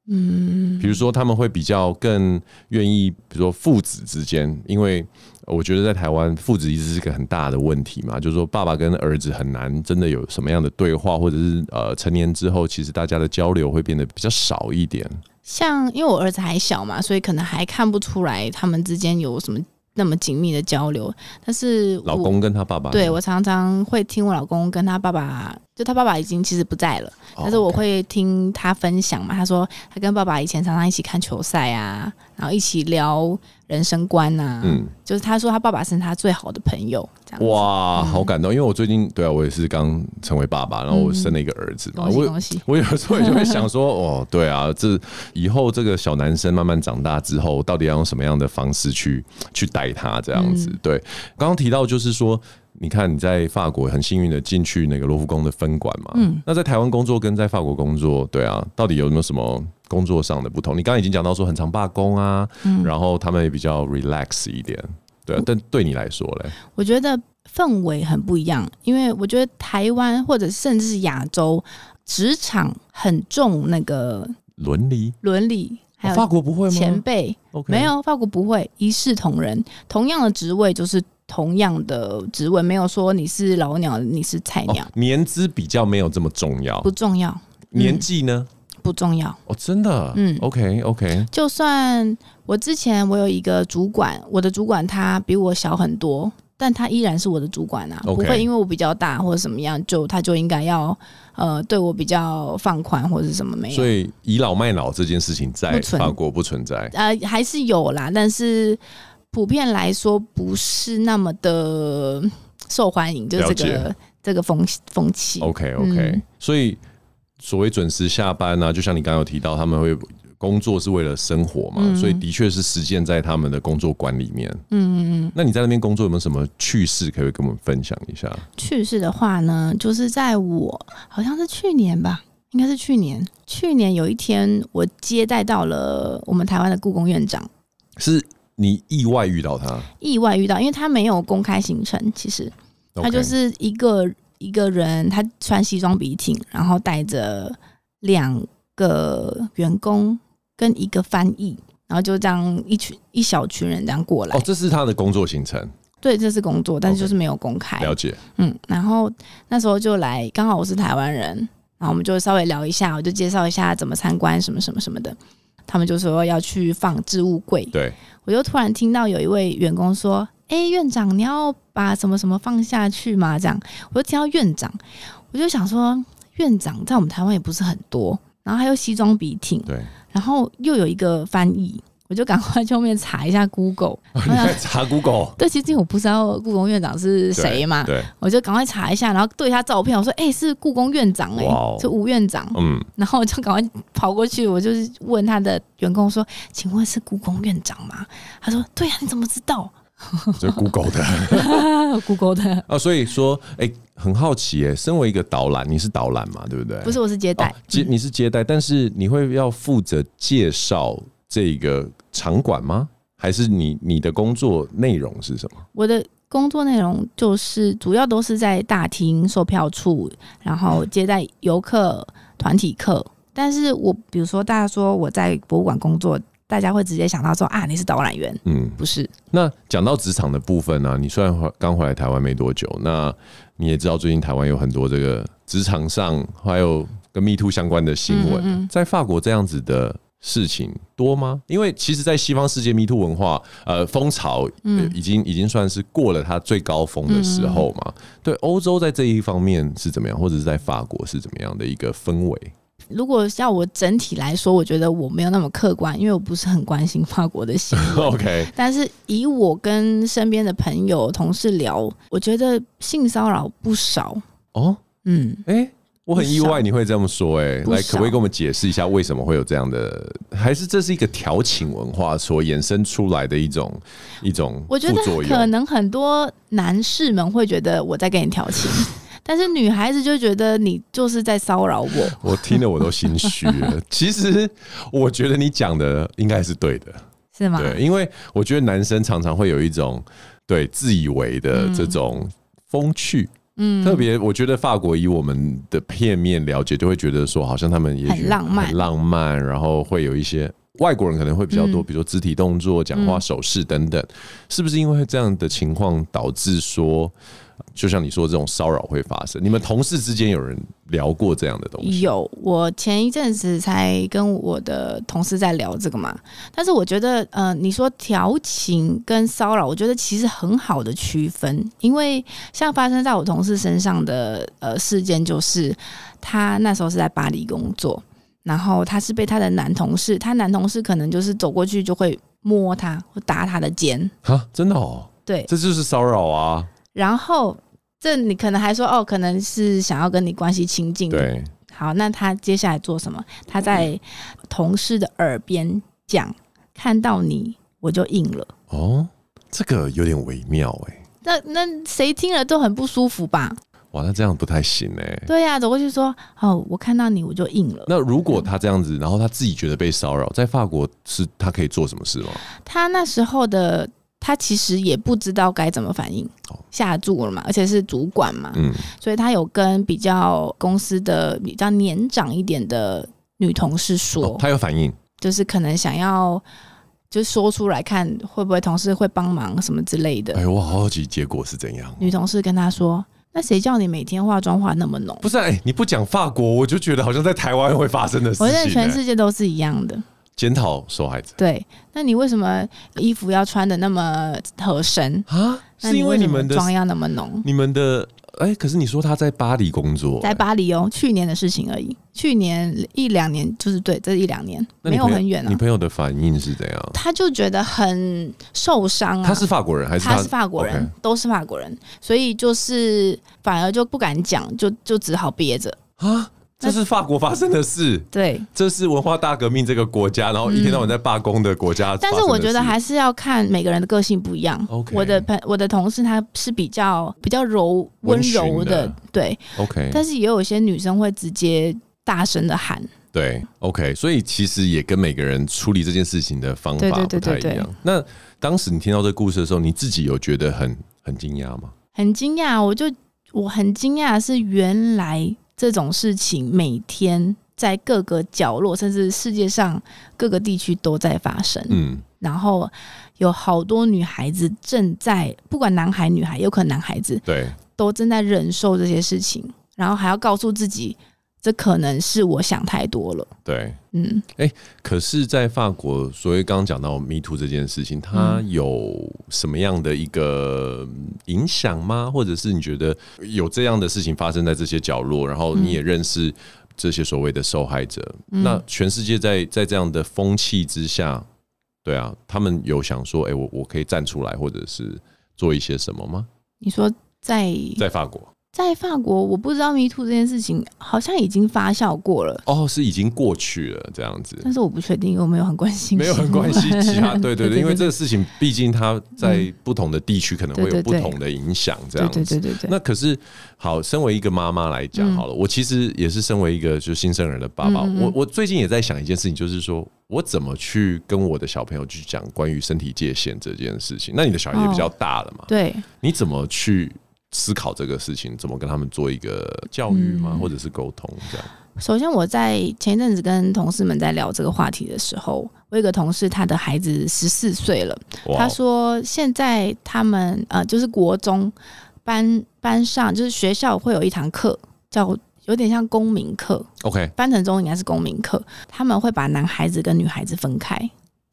Speaker 2: 嗯，比如说他们会比较更愿意，比如说父子之间，因为我觉得在台湾父子一直是个很大的问题嘛，就是说爸爸跟儿子很难真的有什么样的对话，或者是呃成年之后，其实大家的交流会变得比较少一点。
Speaker 1: 像因为我儿子还小嘛，所以可能还看不出来他们之间有什么那么紧密的交流，但是我
Speaker 2: 老公跟他爸爸，
Speaker 1: 对我常常会听我老公跟他爸爸，就他爸爸已经其实不在了，
Speaker 2: 哦
Speaker 1: 但是我会听他分享嘛。他说他跟爸爸以前常常一起看球赛啊，然后一起聊人生观啊。
Speaker 2: 嗯，
Speaker 1: 就是他说他爸爸是他最好的朋友，这样子。嗯
Speaker 2: 哇，好感动，因为我最近对啊，我也是刚成为爸爸，然后我生了一个儿子嘛，
Speaker 1: 恭喜
Speaker 2: 我
Speaker 1: 恭喜
Speaker 2: 我有时候也就 会想说，哦，对啊，这以后这个小男生慢慢长大之后，到底要用什么样的方式去去带他这样
Speaker 1: 嗯
Speaker 2: 子？对，刚刚提到就是说。你看你在法国很幸运的进去那个罗浮宫的分馆嘛，
Speaker 1: 嗯
Speaker 2: 那在台湾工作跟在法国工作，对啊，到底有没有什么工作上的不同？你刚刚已经讲到说很常罢工啊，
Speaker 1: 嗯
Speaker 2: 然后他们也比较 relax 一点，对、啊，但对你来说嘞，
Speaker 1: 我觉得氛围很不一样，因为我觉得台湾或者甚至是亚洲职场很重那个
Speaker 2: 伦理
Speaker 1: 伦理，还
Speaker 2: 哦法
Speaker 1: 有
Speaker 2: 国不会吗？
Speaker 1: 前辈。
Speaker 2: OK 哦
Speaker 1: 没有，法国不会一视同仁，同样的职位就是同样的职位，没有说你是老鸟，你是菜
Speaker 2: 哦
Speaker 1: 鸟，
Speaker 2: 年资比较没有这么重要
Speaker 1: 不，嗯重要，
Speaker 2: 年纪呢？
Speaker 1: 不重要。
Speaker 2: 哦，真的，嗯
Speaker 1: 嗯
Speaker 2: ，OK OK，
Speaker 1: 就算我之前我有一个主管，我的主管他比我小很多，但他依然是我的主管啊
Speaker 2: OK
Speaker 1: 不会因为我比较大或者怎么样，就他就应该要呃对我比较放宽或者什么没有
Speaker 2: 所。以倚老卖老这件事情在
Speaker 1: 不存
Speaker 2: 法国不存在。
Speaker 1: 呃，还是有啦，但是普遍来说不是那么的受欢迎，就是
Speaker 2: 了
Speaker 1: 这
Speaker 2: 解哦
Speaker 1: 个这个风风气。
Speaker 2: OK OK，、
Speaker 1: 嗯
Speaker 2: 所以所谓准时下班啊，就像你刚刚有提到，他们会工作是为了生活嘛，
Speaker 1: 嗯
Speaker 2: 所以的确是实践在他们的工作观里面。嗯嗯嗯。那你在那边工作有没有什么趣事可以跟我们分享一下？
Speaker 1: 去世的话呢，就是在我好像是去年吧，应该是去年。去年有一天，我接待到了我们台湾的故宫院长，
Speaker 2: 是你意外遇到他，
Speaker 1: 意外遇到，因为他没有公开行程，其实他
Speaker 2: OK
Speaker 1: 就是一个一个人，他穿西装笔挺，然后带着两个员工跟一个翻译，然后就这样一群一小群人这样过来。
Speaker 2: 哦，这是他的工作行程，
Speaker 1: 对，这是工作，但是
Speaker 2: OK
Speaker 1: 就是没有公开。
Speaker 2: 了解。
Speaker 1: 嗯，然后那时候就来，刚好我是台湾人，然后我们就稍微聊一下，我就介绍一下怎么参观什么什么什么的。他们就说要去放置物柜，
Speaker 2: 对，
Speaker 1: 我就突然听到有一位员工说：“哎、院长，你要把什么什么放下去吗？”这样，我就听到院长，我就想说，院长在我们台湾也不是很多，然后还有西装笔挺，
Speaker 2: 对，
Speaker 1: 然后又有一个翻译，我就赶快去后面查一下 Google，
Speaker 2: 你在 查 Google，
Speaker 1: 对，其实我不知道故宫院长是谁嘛，
Speaker 2: 对，
Speaker 1: 我就赶快查一下，然后对一下照片，我说：“哎、是故宫院长、欸，
Speaker 2: 哇哦
Speaker 1: 是吴院长。”
Speaker 2: 嗯，
Speaker 1: 然后我就赶快跑过去，我就是问他的员工说：“请问是故宫院长吗？”他说：“对呀、啊你怎么知道
Speaker 2: 这 Google 的
Speaker 1: ？”Google 的
Speaker 2: 啊，所以说，哎，很好奇，哎，身为一个导览，你是导览嘛，对不对？
Speaker 1: 不是，我是接待。嗯
Speaker 2: 哦接你是接待，但是你会要负责介绍这个场馆吗？还是你你的工作内容是什么？
Speaker 1: 我的工作内容就是主要都是在大厅、售票处，然后接待游客、团体客。但是我比如说，大家说我在博物馆工作，大家会直接想到说啊，你是导览员，
Speaker 2: 嗯，
Speaker 1: 不是？
Speaker 2: 那讲到职场的部分呢、你虽然回刚回来台湾没多久，那你也知道最近台湾有很多这个职场上还有跟 Me Too 相关的新闻，
Speaker 1: 嗯嗯嗯
Speaker 2: 在法国这样子的事情多吗？因为其实，在西方世界 Me Too 文化呃风潮，呃已
Speaker 1: 嗯
Speaker 2: 经已经算是过了它最高峰的时候嘛。对，欧洲在这一方面是怎么样，或者是在法国是怎么样的一个氛围？
Speaker 1: 如果要我整体来说，我觉得我没有那么客观，因为我不是很关心法国的 新闻。
Speaker 2: OK，
Speaker 1: 但是以我跟身边的朋友、同事聊，我觉得性骚扰不少。
Speaker 2: 哦，
Speaker 1: 嗯，
Speaker 2: 哎、我很意
Speaker 1: 不
Speaker 2: 外
Speaker 1: 少
Speaker 2: 你会这么说、哎，
Speaker 1: 不
Speaker 2: 来，
Speaker 1: 少
Speaker 2: 可不可以跟我们解释一下为什么会有这样的？还是这是一个调情文化所衍生出来的一种一种
Speaker 1: 我觉得
Speaker 2: 副作用？
Speaker 1: 可能很多男士们会觉得我在跟你调情，但是女孩子就觉得你就是在骚扰我。
Speaker 2: 我听了我都心虚了。 其实我觉得你讲的应该是对的，
Speaker 1: 是吗？
Speaker 2: 对，因为我觉得男生常常会有一种对自以为
Speaker 1: 嗯
Speaker 2: 的这种风趣。嗯，特别我觉得法国以我们的片面了解，就会觉得说，好像他们也许
Speaker 1: 很浪漫
Speaker 2: 很浪漫，然后会有一些外国人可能会比较
Speaker 1: 嗯
Speaker 2: 多，比如说肢体动作、讲话、手势等等，是不是因为这样的情况导致说，就像你说这种骚扰会发生？你们同事之间有人聊过这样的东西？
Speaker 1: 有，我前一阵子才跟我的同事在聊这个嘛，但是我觉得，呃，你说调情跟骚扰，我觉得其实很好的区分，因为像发生在我同事身上的呃事件，就是他那时候是在巴黎工作，然后他是被他的男同事，他男同事可能就是走过去就会摸他或打他的肩，
Speaker 2: 哈，真的哦，
Speaker 1: 对，
Speaker 2: 这就是骚扰啊！
Speaker 1: 然后这你可能还说哦，可能是想要跟你关系亲近，
Speaker 2: 对，
Speaker 1: 好，那他接下来做什么？他
Speaker 2: 嗯
Speaker 1: 在同事的耳边讲：“看到你我就硬了。
Speaker 2: 哦，这个有点微妙哎、
Speaker 1: 那”那谁听了都很不舒服吧？
Speaker 2: 哇，那这样不太行哎、
Speaker 1: 对啊呀、走过去说：“哦，我看到你我就硬了。
Speaker 2: 那如果他这样子，然后他自己觉得被骚扰，在法国是他可以做什么事吗？”
Speaker 1: 他那时候的他其实也不知道该怎么反应
Speaker 2: 哦，
Speaker 1: 下注了嘛，而且是主管嘛，
Speaker 2: 嗯，
Speaker 1: 所以他有跟比较公司的比较年长一点的女同事说，
Speaker 2: 哦、他有反应，
Speaker 1: 就是可能想要。就说出来看会不会同事会帮忙什么之类的，
Speaker 2: 哎，我好好奇结果是怎样。
Speaker 1: 女同事跟他说：“那谁叫你每天化妆化那么浓
Speaker 2: 不是、啊，哎，你不讲法国，我就觉得好像在台湾会发生的？”事
Speaker 1: 我觉得
Speaker 2: 情、
Speaker 1: 全
Speaker 2: 哎
Speaker 1: 世界都是一样的。
Speaker 2: 检讨受害者
Speaker 1: 对，那你为什么衣服要穿的那么合身？
Speaker 2: 啊，
Speaker 1: 那
Speaker 2: 是因
Speaker 1: 为
Speaker 2: 为你
Speaker 1: 什么
Speaker 2: 们的
Speaker 1: 妆要那么浓？
Speaker 2: 你们的哎、可是你说他在巴黎工作、
Speaker 1: 在
Speaker 2: 哎
Speaker 1: 巴黎哦，去年的事情而已。去年一两年，就是对，这一两年
Speaker 2: 哎那
Speaker 1: 没
Speaker 2: 你
Speaker 1: 有
Speaker 2: 朋友
Speaker 1: 很远啊
Speaker 2: 你。朋友的反应是怎样？
Speaker 1: 他就觉得很受伤啊。
Speaker 2: 他是法国人还是
Speaker 1: 他是法国人
Speaker 2: OK
Speaker 1: 都是法国人，所以就是反而就不敢讲，就就只好憋着。
Speaker 2: 啊？这是法国发生的事。
Speaker 1: 对，
Speaker 2: 这是文化大革命这个国家，然后一天到晚在罢工的国家发生
Speaker 1: 但
Speaker 2: 的
Speaker 1: 是
Speaker 2: 事。
Speaker 1: 我觉得还是要看每个人的个性不一样。
Speaker 2: OK
Speaker 1: 我的朋我的同事她是比较比较柔温柔
Speaker 2: 温驯的
Speaker 1: 对，
Speaker 2: OK，
Speaker 1: 但是也有一些女生会直接大声的喊，
Speaker 2: 对，OK，所以其实也跟每个人处理这件事情的方
Speaker 1: 对
Speaker 2: 法
Speaker 1: 对
Speaker 2: 不
Speaker 1: 对
Speaker 2: 太
Speaker 1: 对
Speaker 2: 一
Speaker 1: 对
Speaker 2: 样。那当时你听到这故事的时候，你自己有觉得很很惊讶吗？
Speaker 1: 很惊讶，我就我很惊讶的是原来这种事情每天在各个角落，甚至世界上各个地区都在发生。
Speaker 2: 嗯，
Speaker 1: 然后有好多女孩子正在，不管男孩女孩，有可能男孩子
Speaker 2: 对，
Speaker 1: 都正在忍受这些事情，然后还要告诉自己这可能是我想太多了。
Speaker 2: 对，
Speaker 1: 嗯，
Speaker 2: 可是，在法国，所谓刚刚讲到迷途这件事情，它
Speaker 1: 嗯
Speaker 2: 有什么样的一个影响吗？或者是你觉得有这样的事情发生在这些角落，然后你
Speaker 1: 嗯
Speaker 2: 也认识这些所谓的受害者？那全世界在在这样的风气之下，对啊，他们有想说，哎、我我可以站出来，或者是做一些什么吗？
Speaker 1: 你说在
Speaker 2: 在法国，
Speaker 1: 在法国，我不知道迷途这件事情好像已经发酵过了，
Speaker 2: 哦，是已经过去了，这样子。
Speaker 1: 但是我不确定，因为我没有很关心，
Speaker 2: 没有很关系其他，对对对，因为这
Speaker 1: 对
Speaker 2: 个事情毕竟它在不同的地区可能会有
Speaker 1: 对对
Speaker 2: 不
Speaker 1: 对
Speaker 2: 同的影响，这
Speaker 1: 对
Speaker 2: 样
Speaker 1: 对
Speaker 2: 子。
Speaker 1: 对对对，
Speaker 2: 那可是好，身为一个妈妈来讲好了，我其实也是身为一个就是新生儿的爸爸，
Speaker 1: 嗯嗯嗯
Speaker 2: 我我最近也在想一件事情，就是说我怎么去跟我的小朋友去讲关于身体界限这件事情。那你的小孩也比较大了嘛，
Speaker 1: 对
Speaker 2: 你怎么去思考这个事情？怎么跟他们做一个教育吗？
Speaker 1: 嗯
Speaker 2: 或者是沟通这样？
Speaker 1: 首先，我在前一阵子跟同事们在聊这个话题的时候，我有一个同事，他的孩子十四岁了，
Speaker 2: 哇
Speaker 1: 他说现在他们呃，就是国中班班上，就是学校会有一堂课叫有点像公民课，
Speaker 2: ，OK，
Speaker 1: 翻成中文应该是公民课，他们会把男孩子跟女孩子分开，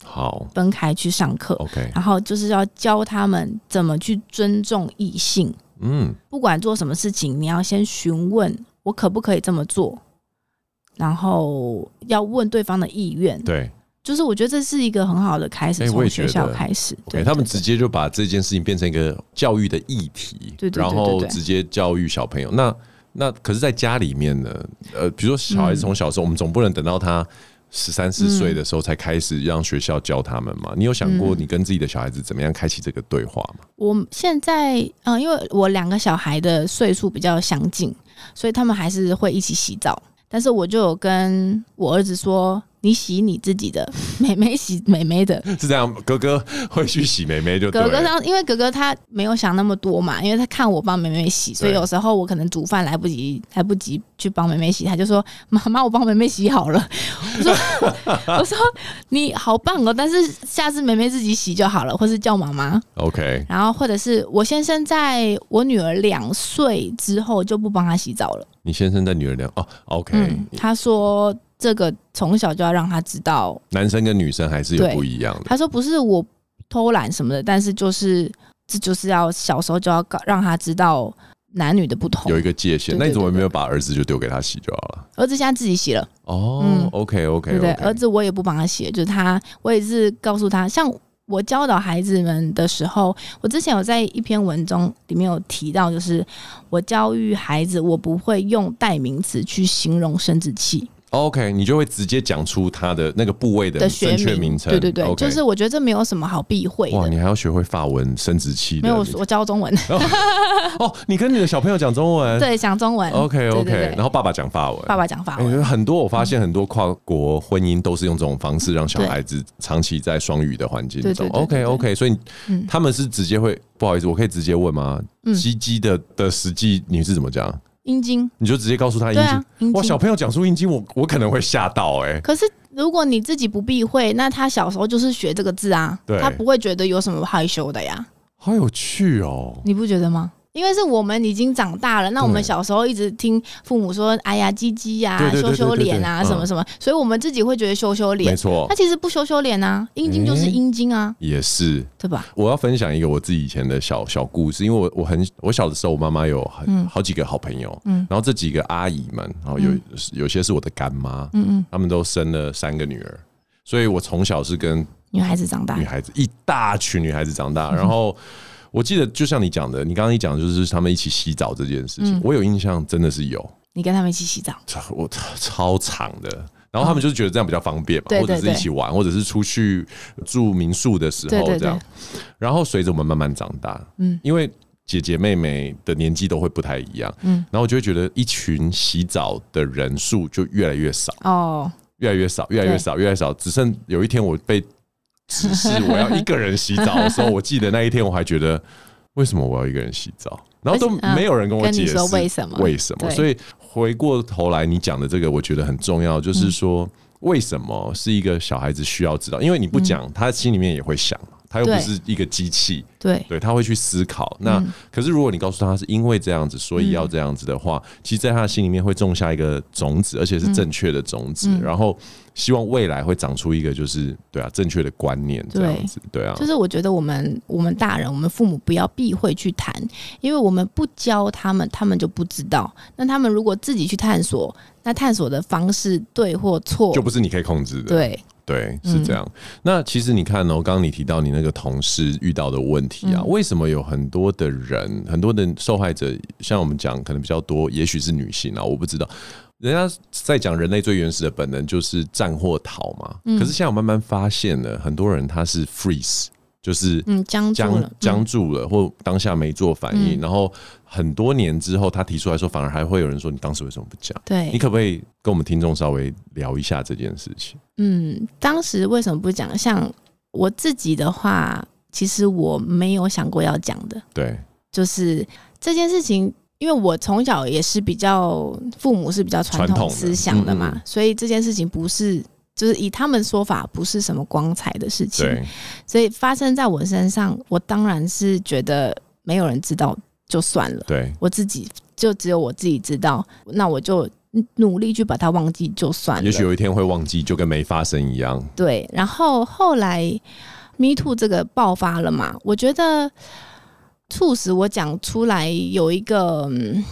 Speaker 2: 好
Speaker 1: 分开去上课，
Speaker 2: ，OK，
Speaker 1: 然后就是要教他们怎么去尊重异性。
Speaker 2: 嗯，
Speaker 1: 不管做什么事情，你要先询问我可不可以这么做，然后要问对方的意愿。
Speaker 2: 对。
Speaker 1: 就是我觉得这是一个很好的开
Speaker 2: 哎
Speaker 1: 始，
Speaker 2: 我
Speaker 1: 从
Speaker 2: 也觉
Speaker 1: 学
Speaker 2: 得
Speaker 1: 校开始。对
Speaker 2: OK，他们直
Speaker 1: 对
Speaker 2: 接就把这件事情变成一个教育的议题，
Speaker 1: 对对对
Speaker 2: 然后
Speaker 1: 对对
Speaker 2: 直接教育小朋友。那那可是，在家里面呢，呃，比如说小
Speaker 1: 嗯
Speaker 2: 孩子从小时候，我们总不能等到他十三四岁的时候才开始让学校教他们嘛？你有想过
Speaker 1: 嗯
Speaker 2: 你跟自己的小孩子怎么样开启这个对话吗？
Speaker 1: 我现在嗯、呃因为我两个小孩的岁数比较相近，所以他们还是会一起洗澡。但是我就有跟我儿子说：“你洗你自己的，妹妹洗妹妹的。”
Speaker 2: 是这样，哥哥会去洗妹妹就对
Speaker 1: 哥哥
Speaker 2: 了。
Speaker 1: 他因为哥哥他没有想那么多嘛，因为他看我帮妹妹洗，所以
Speaker 2: 对
Speaker 1: 有时候我可能煮饭来不及来不及去帮妹妹洗，他就说：“妈妈，我帮妹妹洗好了。” 我说：“我说你好棒哦，但是下次妹妹自己洗就好了，或是叫妈妈。
Speaker 2: OK，
Speaker 1: 然后或者是我先生在我女儿两岁之后就不帮她洗澡了。
Speaker 2: 你先生在女儿聊哦，OK，、
Speaker 1: 嗯，他说这个从小就要让他知道
Speaker 2: 男生跟女生还是有
Speaker 1: 对
Speaker 2: 不一样的。
Speaker 1: 他说不是我偷懒什么的，但是就是这就是要小时候就要告让他知道男女的不同。
Speaker 2: 有一个界
Speaker 1: 对
Speaker 2: 限，
Speaker 1: 对
Speaker 2: 那你怎么
Speaker 1: 对对
Speaker 2: 没有把儿子就丢给他洗就好了？
Speaker 1: 儿子现在自己洗了，
Speaker 2: 哦
Speaker 1: 嗯
Speaker 2: ，OK OK，
Speaker 1: 对不对？儿子我也不帮他洗，就是他我也是告诉他，像我教导孩子们的时候，我之前有在一篇文中里面有提到，就是我教育孩子，我不会用代名词去形容生殖器
Speaker 2: OK，你就会直接讲出它的那个部位的
Speaker 1: 的学
Speaker 2: 正确
Speaker 1: 名，
Speaker 2: 名称。
Speaker 1: 对对对
Speaker 2: OK
Speaker 1: 就是我觉得这没有什么好避讳
Speaker 2: 哇，
Speaker 1: 的。
Speaker 2: 你还要学会法文生殖器
Speaker 1: 没
Speaker 2: 的
Speaker 1: 有，我
Speaker 2: 名字
Speaker 1: 我教中文，
Speaker 2: 哦，你跟你的小朋友讲中 文。
Speaker 1: 对，讲中文。
Speaker 2: OK
Speaker 1: 对
Speaker 2: OK，
Speaker 1: 对对
Speaker 2: 然后爸爸讲法文。
Speaker 1: 爸爸讲法
Speaker 2: 哎、
Speaker 1: 文。
Speaker 2: 很多我发现很多跨国婚姻都是用这种方式让小孩子长期在双语的环境
Speaker 1: 对
Speaker 2: 中
Speaker 1: 对。对
Speaker 2: OK
Speaker 1: 对
Speaker 2: OK，所以
Speaker 1: 嗯
Speaker 2: 他们是直接会不好意思，我可以直接问吗？
Speaker 1: 嗯
Speaker 2: 鸡鸡的的实际你是怎么讲？
Speaker 1: 阴茎，
Speaker 2: 你就直接告诉他阴
Speaker 1: 对啊，
Speaker 2: 茎。
Speaker 1: 阴
Speaker 2: 哇，小
Speaker 1: 茎。
Speaker 2: 朋友讲出阴茎，我我可能会吓到哎、
Speaker 1: 可是如果你自己不避讳，那他小时候就是学这个字啊
Speaker 2: 对，
Speaker 1: 他不会觉得有什么害羞的呀，
Speaker 2: 好有趣哦。
Speaker 1: 你不觉得吗？因为是我们已经长大了，那我们
Speaker 2: 对
Speaker 1: 小时候一直听父母说“哎呀，鸡鸡呀
Speaker 2: 对，对对
Speaker 1: 羞
Speaker 2: 对
Speaker 1: 羞脸
Speaker 2: 对
Speaker 1: 啊，
Speaker 2: 对对嗯
Speaker 1: 什么什么”，所以我们自己会觉得羞羞
Speaker 2: 没
Speaker 1: 脸。
Speaker 2: 错嗯
Speaker 1: 他，其实不羞羞脸啊，阴茎就是
Speaker 2: 诶
Speaker 1: 阴茎啊，
Speaker 2: 也是。
Speaker 1: 对吧？
Speaker 2: 我要分享一个我自己以前的小小故事，因为我我很我小的时候，我妈妈有很、好几个好朋友，
Speaker 1: 嗯
Speaker 2: 然后这几个阿姨们，然后有、有些是我的干妈，
Speaker 1: 嗯嗯，
Speaker 2: 她们都生了三个女儿，所以我从小是跟
Speaker 1: 女孩子长大
Speaker 2: 女，孩子一大群女孩子长
Speaker 1: 嗯
Speaker 2: 大，然后。我记得，就像你讲的，你刚刚一讲就是他们一起洗澡这件事情，
Speaker 1: 嗯
Speaker 2: 我有印象，真的是有，
Speaker 1: 你跟他们一起洗澡，
Speaker 2: 超我超长的。然后他们就是觉得这样比较方便嘛，
Speaker 1: 对
Speaker 2: 或者
Speaker 1: 对
Speaker 2: 是一
Speaker 1: 对
Speaker 2: 起玩，或者是出去住民宿的时
Speaker 1: 对
Speaker 2: 候
Speaker 1: 对
Speaker 2: 这样
Speaker 1: 对。，
Speaker 2: 然后随着我们慢慢长大，
Speaker 1: 嗯
Speaker 2: 因为姐姐妹妹的年纪都会不太一样，
Speaker 1: 嗯，
Speaker 2: 然后我就会觉得一群洗澡的人数就越来越少，
Speaker 1: 哦，
Speaker 2: 越来越少，越来越
Speaker 1: 对
Speaker 2: 少，越来越少，只剩有一天我被指示我要一个人洗澡的时候，我记得那一天我还觉得为什么我要一个人洗澡，然后都
Speaker 1: 而且嗯
Speaker 2: 没有人跟我
Speaker 1: 跟你
Speaker 2: 解释
Speaker 1: 说为什么？
Speaker 2: 为什么？
Speaker 1: 对
Speaker 2: 所以回过头来，你讲的这个，我觉得很重要，就是说为什么是一个小孩子需要知道，因为你不讲，他心里面也会想嘛，它又不
Speaker 1: 嗯对
Speaker 2: 是一个机器，
Speaker 1: 对
Speaker 2: 对，他会去思考。那、
Speaker 1: 嗯
Speaker 2: 可是如果你告诉他是因为这样子，所以要这样子的话，
Speaker 1: 嗯
Speaker 2: 其实，在他的心里面会种下一个种子，而且是正确的种子，
Speaker 1: 嗯
Speaker 2: 然后希望未来会长出一个就是对啊正确的观念这样子，对啊，
Speaker 1: 就是我觉得我们我们大人，我们父母不要避讳去谈，因为我们不教他们，他们就不知道。那他们如果自己去探索，那探索的方式对或错
Speaker 2: 就，不是你可以控制的，
Speaker 1: 对，
Speaker 2: 对，是
Speaker 1: 嗯
Speaker 2: 这样。那其实你看哦，刚刚你提到你那个同事遇到的问题啊，
Speaker 1: 嗯
Speaker 2: 为什么有很多的人，很多的受害者，像我们讲可能比较多，也许是女性啊，我不知道。人家在讲人类最原始的本能就是战或逃嘛，
Speaker 1: 嗯
Speaker 2: 可是现在我慢慢发现了，很多人他是 freeze，就是
Speaker 1: 嗯，僵住
Speaker 2: 僵
Speaker 1: 了，
Speaker 2: 僵住了，或当下没做反应，然后很多年之后他提出来说，反而还会有人说你当时为什么不讲？
Speaker 1: 对，
Speaker 2: 你可不可以跟我们听众稍微聊一下这件事情？
Speaker 1: 嗯，当时为什么不讲？像我自己的话，其实我没有想过要讲的，
Speaker 2: 对，
Speaker 1: 就是这件事情，因为我从小也是比较父母是比较传
Speaker 2: 传统
Speaker 1: 统
Speaker 2: 的
Speaker 1: 思想的嘛，
Speaker 2: 嗯嗯嗯
Speaker 1: 所以这件事情不是。就是以他们说法，不是什么光彩的事情，
Speaker 2: 对。
Speaker 1: 所以发生在我身上，我当然是觉得没有人知道就算了，
Speaker 2: 对，
Speaker 1: 我自己就只有我自己知道，那我就努力去把它忘记就算了。
Speaker 2: 也许有一天会忘记，就跟没发生一样。
Speaker 1: 对，然后后来 Me Too 这个爆发了嘛，我觉得促使我讲出来有一个、嗯、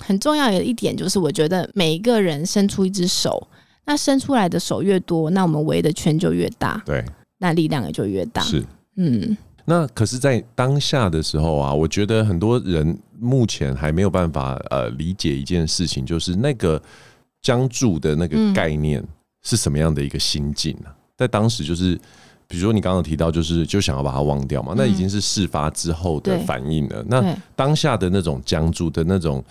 Speaker 1: 很重要的一点，就是我觉得每一个人伸出一只手，那伸出来的手越多，那我们围的圈就越大，
Speaker 2: 对，
Speaker 1: 那力量也就越大。
Speaker 2: 是。
Speaker 1: 嗯，
Speaker 2: 那可是，在当下的时候啊，我觉得很多人目前还没有办法呃理解一件事情，就是那个僵住的那个
Speaker 1: 嗯
Speaker 2: 概念是什么样的一个心境呢、在当时就是。比如说你刚刚提到，就是就想要把它忘掉嘛，那已经是事发之后的
Speaker 1: 对
Speaker 2: 反应了。那
Speaker 1: 嗯对，
Speaker 2: 当下的那种僵住的那种，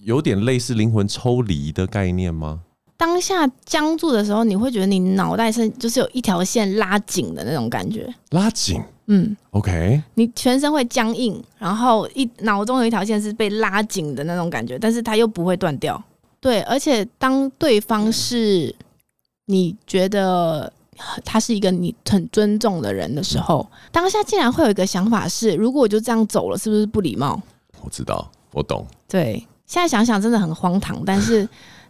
Speaker 2: 有点类似灵魂抽离的概念吗？
Speaker 1: 当下僵住的时候，你会觉得你脑袋是就是有一条线拉紧的那种感觉，
Speaker 2: 拉紧
Speaker 1: 嗯，
Speaker 2: ，OK，
Speaker 1: 你全身会僵硬，然后一脑中有一条线是被拉紧的那种感觉，但是它又不会断掉。对，而且当对方是你觉得他是一个你很尊重的人的时候，当下竟然会有一个想法是：如果我就这样走了，是不是不礼貌？
Speaker 2: 我知道，我懂。
Speaker 1: 对，现在想想真的很荒唐，但是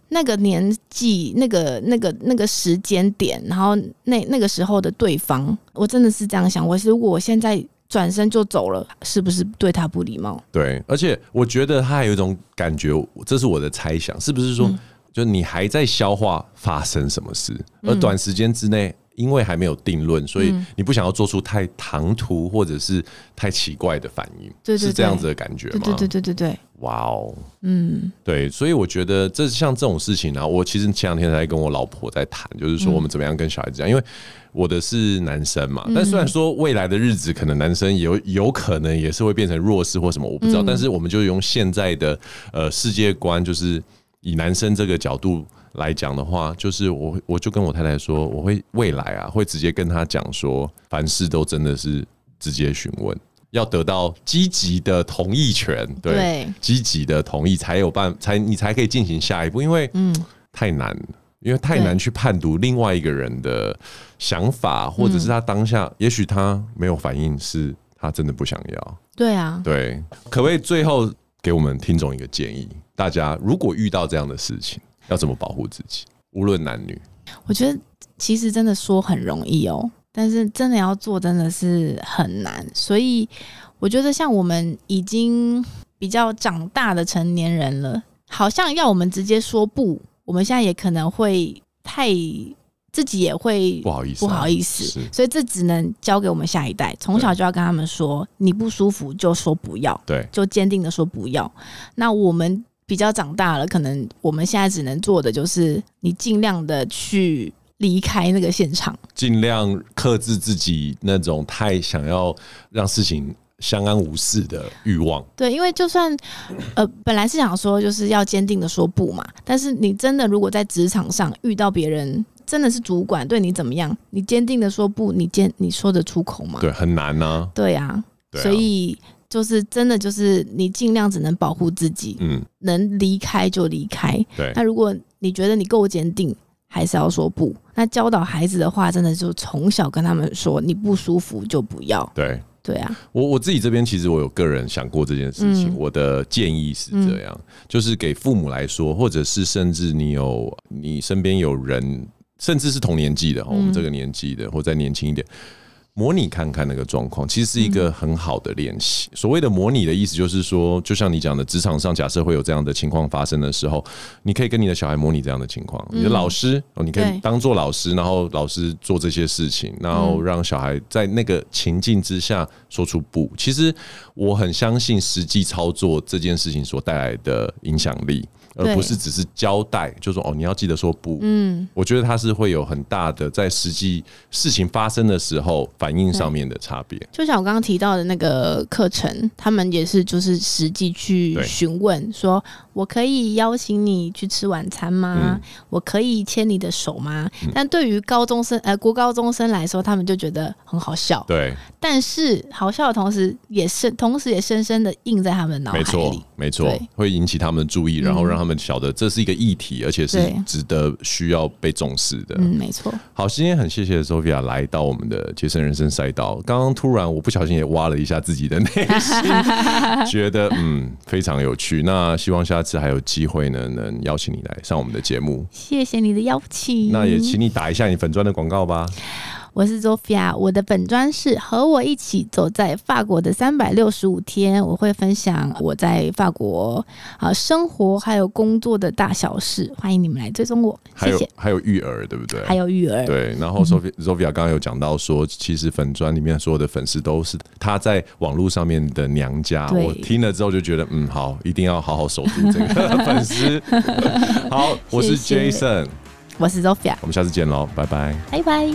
Speaker 1: 那个年纪、那个、那个、那个时间点，然后那那个时候的对方，我真的是这样想，我是如果我现在转身就走了，是不是对他不礼貌？
Speaker 2: 对，而且我觉得他还有一种感觉，这是我的猜想，是不是
Speaker 1: 嗯
Speaker 2: 说，就你还在消化发生什么事，
Speaker 1: 嗯
Speaker 2: 而短时间之内，因为还没有定论，所以你不想要做出太唐突或者是太奇怪的反应，
Speaker 1: 对对
Speaker 2: 是这
Speaker 1: 对
Speaker 2: 样子的感觉吗？
Speaker 1: 对对对对对对，
Speaker 2: 哇哦，
Speaker 1: 嗯
Speaker 2: 对，所以我觉得这像这种事情啊，我其实前两天才跟我老婆在谈，就是说我们怎么样跟小孩子讲，因为我的是男生嘛，但虽然说未来的日子可能男生有有可能也是会变成弱势或什么，我不知道，但是我们就用现在的呃世界观，就是以男生这个角度。来讲的话，就是我我就跟我太太说，我会未来啊，会直接跟她讲说，凡事都真的是直接询问，要得到积极的同意权，对，
Speaker 1: 对
Speaker 2: 积极的同意才有办，才你才可以进行下一步，因为
Speaker 1: 嗯，
Speaker 2: 太难了，因为太
Speaker 1: 对
Speaker 2: 难去判读另外一个人的想
Speaker 1: 嗯
Speaker 2: 法，或者是他当下，也许他没有反应，是他真的不想要。
Speaker 1: 对啊，
Speaker 2: 对，可不可以最后给我们听众一个建议？大家如果遇到这样的事情，要怎么保护自己？无论男女，
Speaker 1: 我觉得其实真的说很容易哦，但是真的要做真的是很难，所以我觉得像我们已经比较长大的成年人了，好像要我们直接说不，我们现在也可能会太自己也会
Speaker 2: 不好意思
Speaker 1: 不
Speaker 2: 啊、
Speaker 1: 好意思
Speaker 2: 是，
Speaker 1: 所以这只能交给我们下一代，从小就要跟他们说，你不舒服就说不要。
Speaker 2: 对，
Speaker 1: 就坚定的说不要。那我们比较长大了，可能我们现在只能做的就是，你尽量的去离开那个现场。
Speaker 2: 尽量克制自己那种太想要让事情相安无事的欲望。
Speaker 1: 对，因为就算呃本来是想说就是要坚定的说不嘛，但是你真的如果在职场上遇到别人真的是主管对你怎么样，你坚定的说不，你坚你说得出口吗？
Speaker 2: 对，很难呐、
Speaker 1: 对啊，
Speaker 2: 对啊
Speaker 1: 所以就是真的就是你尽量只能保护自己，
Speaker 2: 嗯，
Speaker 1: 能离开就离开。
Speaker 2: 对
Speaker 1: 那如果你觉得你够坚定，还是要说不。那教导孩子的话，真的就从小跟他们说，你不舒服就不要。
Speaker 2: 对
Speaker 1: 对啊，
Speaker 2: 我我自己这边其实我有个人想过这件事情，
Speaker 1: 嗯
Speaker 2: 我的建议是这样，就是给父母来说，或者是甚至你有你身边有人，甚至是同年纪的，哦我们这个年纪的，或再年轻一点。模拟看看那个状况，其实是一个很好的练习。所谓的模拟的意思，就是说，就像你讲的，职场上假设会有这样的情况发生的时候，你可以跟你的小孩模拟这样的情况。你的老师，哦，你可以
Speaker 1: 对
Speaker 2: 当做老师，然后老师做这些事情，然后让小孩在那个情境之下说出不。其实我很相信实际操作这件事情所带来的影响力，而
Speaker 1: 对
Speaker 2: 不是只是交代，就说哦，你要记得说不。
Speaker 1: 嗯，
Speaker 2: 我觉得它是会有很大的在实际事情发生的时候反应上面的差别。
Speaker 1: 就像我刚刚提到的那个课程，他们也是就是实际去
Speaker 2: 对
Speaker 1: 询问，说我可以邀请你去吃晚餐
Speaker 2: 嗯
Speaker 1: 吗？我可以牵你的手吗？但对于高中生呃国高中生来说，他们就觉得很好笑，
Speaker 2: 对，
Speaker 1: 但是好笑的同时，也是同时也深深的印在他们脑海
Speaker 2: 没错
Speaker 1: 里。，
Speaker 2: 没错
Speaker 1: 对，
Speaker 2: 会引起他们的注意，然后
Speaker 1: 嗯
Speaker 2: 让他们晓得这是一个议题，而且是
Speaker 1: 对
Speaker 2: 值得需要被重视的。
Speaker 1: 嗯，没错，
Speaker 2: 好，今天很谢谢 Sophia 来到我们的杰森人生赛道。刚刚突然我不小心也挖了一下自己的内心， 觉得嗯非常有趣。那希望下次还有机会呢，能邀请你来上我们的节目。
Speaker 1: 谢谢你的邀请。
Speaker 2: 那也请你打一下你粉砖的广告吧。
Speaker 1: 我是 Zofia，我的本专是和我一起走在法国的三百六十五天，我会分享我在法国啊、呃生活还有工作的大小事，欢迎你们来追踪我，
Speaker 2: 还
Speaker 1: 谢
Speaker 2: 有
Speaker 1: 谢。
Speaker 2: 还有育儿，对不对？
Speaker 1: 还有嗯育儿，
Speaker 2: 对，然后 Sophia Sophia 刚刚有讲到说，其实粉砖里面所有的粉丝都是她在网络上面的娘家。
Speaker 1: 对
Speaker 2: 我听了之后就觉得，嗯，好，一定要好好守住这个 粉丝。好，我是
Speaker 1: 谢谢
Speaker 2: Jason，
Speaker 1: 我是 Zofia，
Speaker 2: 我们下次见喽，拜拜。
Speaker 1: 拜拜。